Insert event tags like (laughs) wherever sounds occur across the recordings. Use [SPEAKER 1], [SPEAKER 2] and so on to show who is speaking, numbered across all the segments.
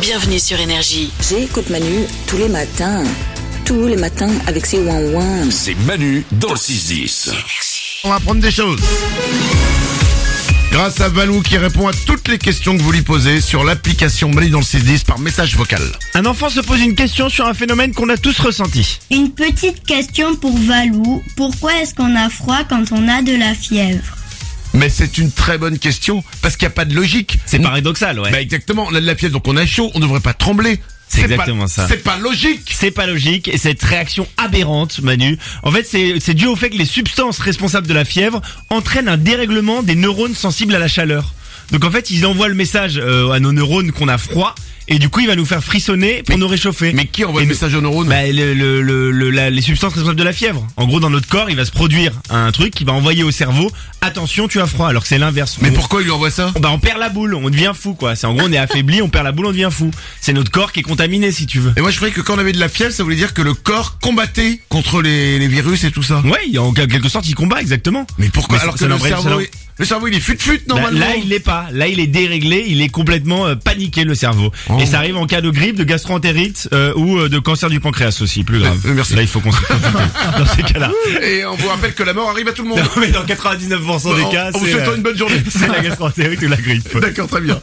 [SPEAKER 1] Bienvenue sur Énergie.
[SPEAKER 2] J'écoute Manu tous les matins. Tous les matins avec ses ouin-ouin.
[SPEAKER 3] C'est Manu dans le 6-10.
[SPEAKER 4] On va apprendre des choses. Grâce à Valou qui répond à toutes les questions que vous lui posez sur l'application Mali dans le 610 par message vocal.
[SPEAKER 5] Un enfant se pose une question sur un phénomène qu'on a tous ressenti.
[SPEAKER 6] Une petite question pour Valou. Pourquoi est-ce qu'on a froid quand on a de la fièvre
[SPEAKER 4] Mais c'est une très bonne question parce qu'il n'y a pas de logique.
[SPEAKER 5] C'est paradoxal, ouais.
[SPEAKER 4] Bah exactement, on a de la fièvre donc on a chaud, on ne devrait pas trembler.
[SPEAKER 5] C'est
[SPEAKER 4] pas-
[SPEAKER 5] exactement ça.
[SPEAKER 4] C'est pas logique.
[SPEAKER 5] C'est pas logique et cette réaction aberrante, Manu, en fait c'est c'est dû au fait que les substances responsables de la fièvre entraînent un dérèglement des neurones sensibles à la chaleur. Donc en fait ils envoient le message euh, à nos neurones qu'on a froid et du coup il va nous faire frissonner pour nous réchauffer.
[SPEAKER 4] Mais qui envoie
[SPEAKER 5] Et
[SPEAKER 4] le
[SPEAKER 5] nous-
[SPEAKER 4] message aux neurones
[SPEAKER 5] bah, le, le- le- le- la- les substances responsables de la fièvre. En gros, dans notre corps, il va se produire un truc qui va envoyer au cerveau attention, tu as froid, alors que c'est l'inverse.
[SPEAKER 4] Mais
[SPEAKER 5] On-
[SPEAKER 4] pourquoi il lui envoie ça
[SPEAKER 5] bah on perd la boule, on devient fou quoi. C'est en gros on est affaibli, on perd la boule, on devient fou. C'est notre corps qui est contaminé si tu veux.
[SPEAKER 4] Et moi je croyais que quand on avait de la fièvre, ça voulait dire que le corps combattait contre les, les virus et tout ça.
[SPEAKER 5] Ouais, en quel- quelque sorte il combat exactement.
[SPEAKER 4] Mais pourquoi
[SPEAKER 5] Mais
[SPEAKER 4] Alors que
[SPEAKER 5] c'est- ça
[SPEAKER 4] le
[SPEAKER 5] l'embraye, ça
[SPEAKER 4] cerveau,
[SPEAKER 5] l'em-
[SPEAKER 4] est- le cerveau il est fut-fut
[SPEAKER 5] Bah,
[SPEAKER 4] normalement.
[SPEAKER 5] là il l'est pas, là il est déréglé, il est complètement euh, paniqué le cerveau.
[SPEAKER 4] Oh.
[SPEAKER 5] Et ça arrive en cas de grippe, de gastro-entérite euh, ou euh, de cancer du pancréas aussi, plus grave.
[SPEAKER 4] Euh, euh, merci.
[SPEAKER 5] Là il faut qu'on se
[SPEAKER 4] (laughs)
[SPEAKER 5] dans ces cas-là.
[SPEAKER 4] Et on vous rappelle que la mort arrive à tout le monde.
[SPEAKER 5] Non mais dans 99%
[SPEAKER 4] En-
[SPEAKER 5] des cas,
[SPEAKER 4] en Bah, vous
[SPEAKER 5] c'est
[SPEAKER 4] souhaitant
[SPEAKER 5] euh,
[SPEAKER 4] une bonne journée.
[SPEAKER 5] (laughs)
[SPEAKER 4] (laughs)
[SPEAKER 5] c'est la gastro-entérite ou la grippe.
[SPEAKER 4] D'accord, très (laughs) bien.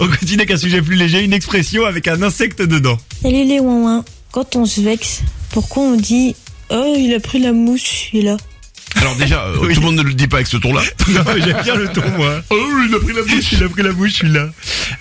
[SPEAKER 5] On continue avec un sujet plus léger, une expression avec un insecte dedans.
[SPEAKER 7] Salut les ouin Quand on se vexe, pourquoi on dit Oh, il a pris la mouche, celui-là
[SPEAKER 4] Alors déjà, euh,
[SPEAKER 5] Oui.
[SPEAKER 4] tout le monde ne le dit pas avec ce ton-là.
[SPEAKER 5] (laughs) Non, mais j'aime bien le ton moi.
[SPEAKER 4] Oh, il a pris la bouche.
[SPEAKER 5] Il a pris la mouche, celui-là.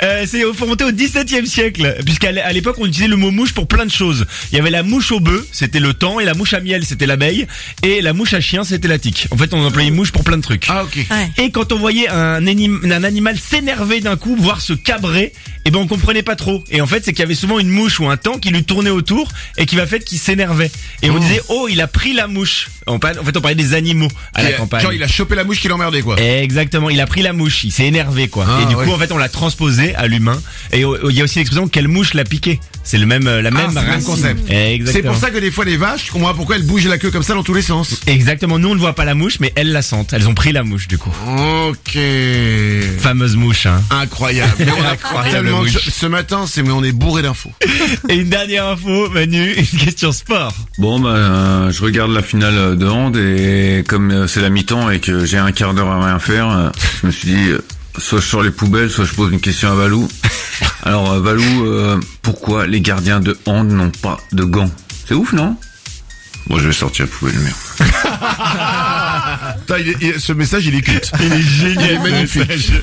[SPEAKER 5] Euh, c'est remonté au 17e siècle, puisqu'à l'é- à l'époque on utilisait le mot mouche pour plein de choses. Il y avait la mouche au bœuf, c'était le temps, et la mouche à miel, c'était l'abeille, et la mouche à chien, c'était la tique. En fait, on employait mouche pour plein de trucs.
[SPEAKER 4] Ah ok.
[SPEAKER 5] Et quand on voyait un, anim- un animal s'énerver d'un coup, voire se cabrer, eh ben on comprenait pas trop. Et en fait, c'est qu'il y avait souvent une mouche ou un temps qui lui tournait autour et qui va fait qu'il s'énervait. Et on disait oh il a pris la mouche. En par- en fait, on parlait des animaux à la
[SPEAKER 4] Et, euh,
[SPEAKER 5] campagne.
[SPEAKER 4] Genre il a chopé la mouche qui l'emmerdait quoi.
[SPEAKER 5] Exactement, il a pris la mouche, il s'est énervé quoi.
[SPEAKER 4] Ah,
[SPEAKER 5] et du
[SPEAKER 4] ouais.
[SPEAKER 5] coup en fait on l'a transposé à l'humain. Et au- il y a aussi l'expression quelle mouche l'a piqué. C'est le même euh, la même
[SPEAKER 4] Ah, c'est le même
[SPEAKER 5] racine. Eh,
[SPEAKER 4] concept. C'est
[SPEAKER 5] Exactement.
[SPEAKER 4] pour ça que des fois les vaches, on voit pourquoi elles bougent la queue comme ça dans tous les sens.
[SPEAKER 5] Exactement, nous on ne voit pas la mouche mais elles la sentent. Elles ont pris la mouche du coup.
[SPEAKER 4] Ok.
[SPEAKER 5] Fameuse mouche hein.
[SPEAKER 4] Incroyable. (laughs) Mais on apprend
[SPEAKER 5] Incroyable,
[SPEAKER 4] tellement de
[SPEAKER 5] oui.
[SPEAKER 4] choses. Ce matin, c'est mais on est bourré d'infos.
[SPEAKER 5] Et une dernière info Manu, une question sport.
[SPEAKER 8] Bon bah euh, je regarde la finale de hand et comme euh, c'est la mi-temps et que j'ai un quart d'heure à rien faire, euh, je me suis dit euh, soit je sors les poubelles, soit je pose une question à (laughs) Valou. Alors euh, Valou, euh, pourquoi les gardiens de hand n'ont pas de gants C'est ouf non Bon je vais sortir la poubelle merde.
[SPEAKER 4] Putain, il est- il est- ce message, (laughs) il est culte.
[SPEAKER 5] Il est génial,
[SPEAKER 4] Il est magnifique.
[SPEAKER 5] message.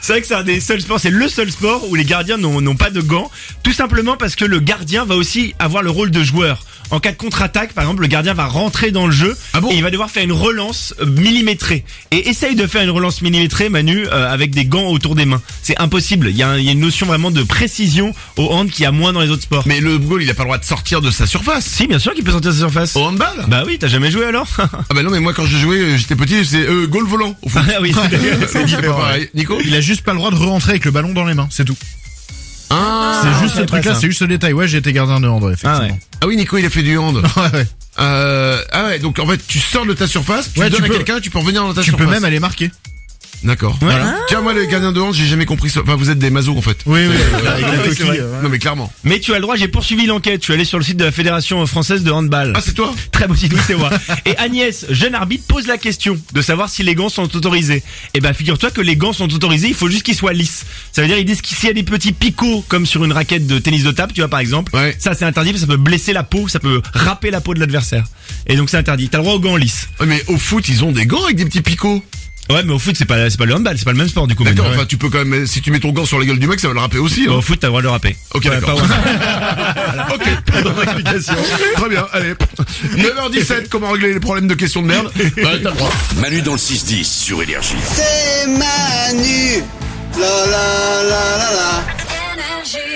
[SPEAKER 5] C'est vrai que c'est un des seuls sports, c'est le seul sport où les gardiens n'ont n'ont pas de gants, tout simplement parce que le gardien va aussi avoir le rôle de joueur. En cas de contre-attaque, par exemple, le gardien va rentrer dans le jeu
[SPEAKER 4] Ah bon
[SPEAKER 5] et il va devoir faire une relance euh, millimétrée. Et essaye de faire une relance millimétrée, Manu, euh, avec des gants autour des mains. C'est impossible. Il y, a un- il y a une notion vraiment de précision au hand qu'il y a moins dans les autres sports.
[SPEAKER 4] Mais le goal, il a pas le droit de sortir de sa surface.
[SPEAKER 5] Si, bien sûr qu'il peut sortir de sa surface.
[SPEAKER 4] Au handball
[SPEAKER 5] Bah oui, t'as jamais joué alors (laughs)
[SPEAKER 4] Ah bah non, mais moi quand je jouais, euh, j'étais petit, c'est euh, goal volant. Au foot.
[SPEAKER 5] Ah oui,
[SPEAKER 4] C'est pas pareil. Nico
[SPEAKER 9] Il a juste pas le droit de rentrer avec le ballon dans les mains, c'est tout.
[SPEAKER 4] ah,
[SPEAKER 9] c'est juste ce
[SPEAKER 5] c'est pas
[SPEAKER 9] truc-là,
[SPEAKER 5] ça.
[SPEAKER 9] c'est juste ce détail. Ouais, j'ai été gardien de hand, ouais,
[SPEAKER 5] Ah ouais.
[SPEAKER 9] effectivement.
[SPEAKER 4] ah oui, Nico, il a fait du
[SPEAKER 9] (laughs)
[SPEAKER 4] hand.
[SPEAKER 9] ouais, ouais.
[SPEAKER 4] Euh, ah ouais, donc en fait, tu sors de ta surface, tu
[SPEAKER 9] Ouais,
[SPEAKER 4] donnes
[SPEAKER 9] tu
[SPEAKER 4] à
[SPEAKER 9] peux.
[SPEAKER 4] quelqu'un, tu peux revenir dans ta
[SPEAKER 9] Tu
[SPEAKER 4] surface.
[SPEAKER 9] peux même aller marquer. Ah.
[SPEAKER 4] D'accord. Voilà. Tiens, moi, les gardiens de hand, j'ai jamais compris ça. Enfin, vous êtes des mazos, en fait.
[SPEAKER 9] Oui, oui. avec
[SPEAKER 5] Ouais,
[SPEAKER 4] (laughs)
[SPEAKER 9] la
[SPEAKER 5] c'est
[SPEAKER 9] coquille,
[SPEAKER 5] vrai.
[SPEAKER 9] ouais.
[SPEAKER 4] Non, mais clairement.
[SPEAKER 5] Mais tu as le droit, j'ai poursuivi l'enquête. Je suis allé sur le site de la Fédération française de handball.
[SPEAKER 4] Ah, c'est toi
[SPEAKER 5] Très beau titre, oui, c'est moi. (laughs) Et Agnès, jeune arbitre, pose la question de savoir si les gants sont autorisés. Eh ben, figure-toi que les gants sont autorisés, il faut juste qu'ils soient lisses. Ça veut dire, ils disent qu'il s'il y a des petits picots, comme sur une raquette de tennis de table, tu vois, par exemple,
[SPEAKER 4] Ouais.
[SPEAKER 5] ça c'est interdit, parce que ça peut blesser la peau, ça peut râper la peau de l'adversaire. Et donc c'est interdit. T'as le droit aux gants lisses.
[SPEAKER 4] Ouais, Mais au foot, ils ont des gants avec des petits picots.
[SPEAKER 9] Oh,
[SPEAKER 5] Ouais, mais au foot, c'est pas, c'est pas le handball, c'est pas le même sport, du coup.
[SPEAKER 4] D'accord,
[SPEAKER 5] Manu.
[SPEAKER 4] enfin, tu peux quand même, si tu mets ton gant sur la gueule du mec, ça va le rappeler aussi.
[SPEAKER 5] Au
[SPEAKER 4] Hein.
[SPEAKER 5] foot, t'as le droit de le râper.
[SPEAKER 4] Ok,
[SPEAKER 5] Ouais,
[SPEAKER 4] d'accord.
[SPEAKER 5] pas au handball.
[SPEAKER 4] (laughs) ok, Très bien, allez. 9h17, comment régler les problèmes de questions de merde Bah, t'as le droit.
[SPEAKER 3] Manu dans le 6-10 sur Énergie.
[SPEAKER 10] C'est Manu. La la la la la.
[SPEAKER 1] Énergie.